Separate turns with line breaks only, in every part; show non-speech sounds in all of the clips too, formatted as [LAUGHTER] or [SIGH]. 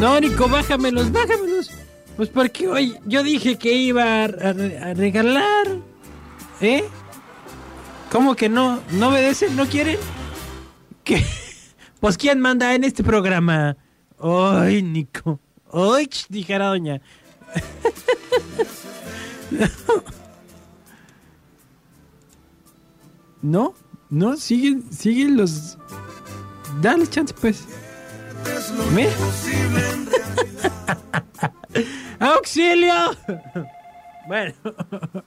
No, Nico, bájamelos, bájamelos. Pues porque hoy yo dije que iba a, re- a regalar. ¿Eh? ¿Cómo que no? ¿No obedecen? ¿No quieren? ¿Qué? [LAUGHS] Pues ¿quién manda en este programa? Ay, Nico. Ay, ch, dijera doña. [LAUGHS] No, no, siguen, siguen los... Dale chance, pues. Mira. ¡Auxilio! Bueno,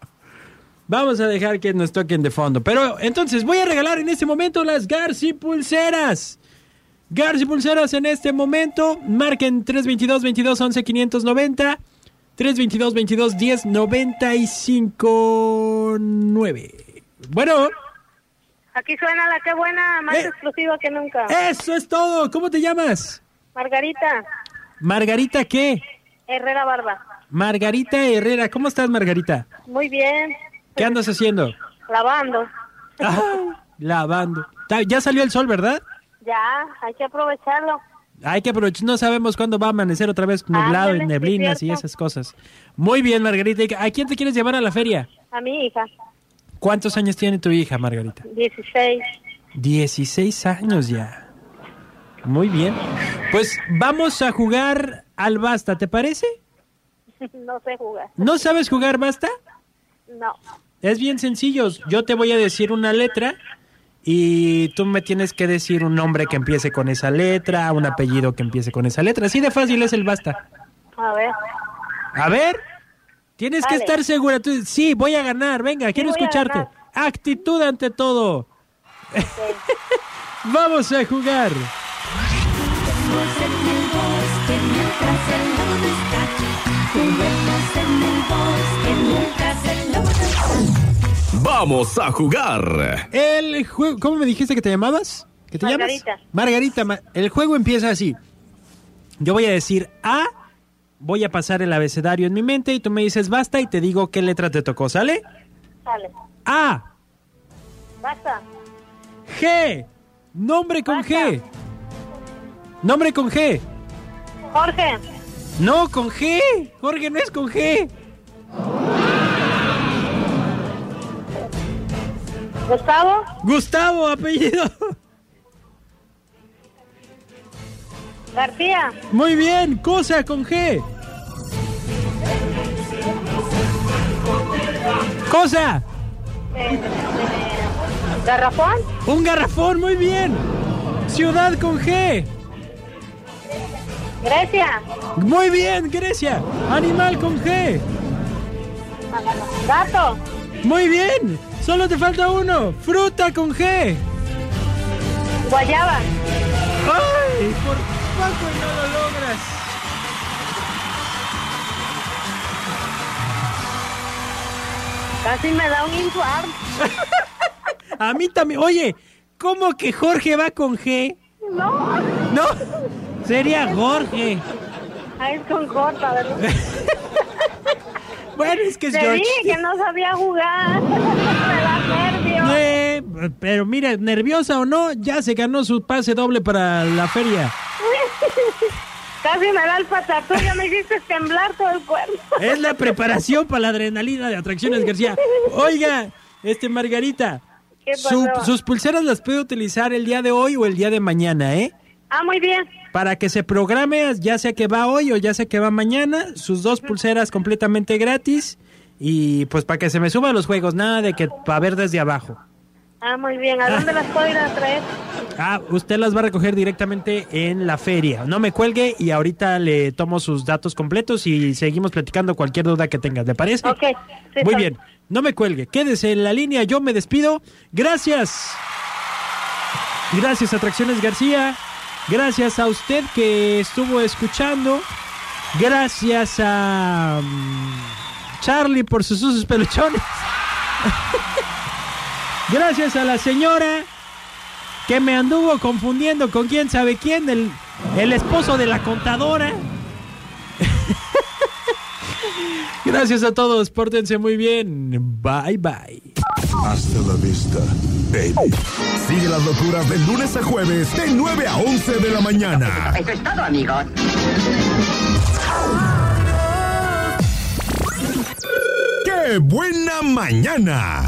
[LAUGHS] vamos a dejar que nos toquen de fondo. Pero entonces voy a regalar en este momento las Garci Pulseras. Garci Pulseras en este momento. Marquen 322 22 11 590 322 22 10 95 9. Bueno,
Aquí suena la que buena, más
Eh.
exclusiva que nunca.
eso es todo. ¿Cómo te llamas?
Margarita
Margarita qué?
Herrera Barba.
Margarita Herrera. ¿Cómo estás, Margarita?
Muy bien.
¿Qué andas haciendo?
Lavando.
Ah, lavando. Ta- Ya salió el sol, ¿verdad?
Ya, hay que aprovecharlo.
Hay que aprovechar. No sabemos cuándo va a amanecer otra vez nublado
Ándale,
y
sí,
neblinas y
cierto.
esas cosas. Muy bien, Margarita. ¿Y ¿A quién te quieres llevar a la feria?
A mi hija,
¿Cuántos años tiene tu hija, Margarita?
16.
16 años ya. Muy bien. Pues vamos a jugar al basta, ¿te parece?
[LAUGHS] No sé jugar.
¿No sabes jugar basta?
No.
Es bien sencillo. Yo te voy a decir una letra y tú me tienes que decir un nombre que empiece con esa letra, un apellido que empiece con esa letra. Así de fácil es el basta.
A ver.
A ver, tienes que
Vale.
estar segura. Tú- sí, voy a ganar. Venga, quiero
voy a
escucharte.
ganar.
Actitud ante todo.
ok.
[LAUGHS] Vamos a jugar.
Juguemos en el bosque mientras el lobo no está. Juguemos en el bosque mientras el lobo no está.
Vamos a jugar.
El juego. ¿Cómo me dijiste que te llamabas? ¿Que te
Margarita.
llamas? Margarita. Ma- El juego empieza así. Yo voy a decir A, voy a pasar el abecedario en mi mente y tú me dices basta y te digo qué letra te tocó, ¿sale?
Sale.
A,
Basta.
G, nombre con G.
Basta.
Nombre con G.
Jorge.
No, con G. Jorge no es con G.
Gustavo.
Gustavo, apellido. [LAUGHS]
García.
Muy bien, cosa con G. Cosa,
Garrafón.
un garrafón, muy bien. Ciudad con G.
Grecia.
Muy bien, Grecia. Animal con G.
Gato.
Muy bien. Solo te falta uno. Fruta con G.
Guayaba.
¡Ay! Por poco y no lo logras.
Casi me da un infarto.
A mí también. Oye, ¿cómo que Jorge va con G?
No.
No. Sería Jorge.
Ah, es con corta, ¿verdad?
Bueno, es que es
Te
George.
dije que no sabía jugar. [LAUGHS] me da nervio.
Eh, pero mira, nerviosa o no, ya se ganó su pase doble para la feria.
Casi me da el patatús. Ya me hiciste temblar todo el cuerpo. [LAUGHS]
Es la preparación para la adrenalina de Atracciones García. Oiga, este Margarita,
¿Qué
su-
pasó?
sus pulseras las puede utilizar el día de hoy o el día de mañana, ¿eh?
Ah, muy bien.
Para que se programe, ya sea que va hoy o ya sea que va mañana, sus dos pulseras completamente gratis. Y pues para que se me suban los juegos, nada de que para ver desde abajo.
Ah, muy bien. ¿A dónde las puedo ir a traer?
Ah, usted las va a recoger directamente en la feria. No me cuelgue y ahorita le tomo sus datos completos y seguimos platicando cualquier duda que tengas. ¿Le parece?
Ok. sí,
Muy
está
bien, no me cuelgue, quédese en la línea, yo me despido. Gracias. Gracias Atracciones García, gracias a usted que estuvo escuchando, gracias a mm, Charlie por sus usos peluchones, [LAUGHS] gracias a la señora que me anduvo confundiendo con quién sabe quién, el, el esposo de la contadora. Gracias a todos, pórtense muy bien, bye bye.
Hasta la vista, baby.
Sigue las locuras de lunes a jueves de 9 a 11 de la mañana.
Eso es todo, amigos.
¡Qué buena mañana!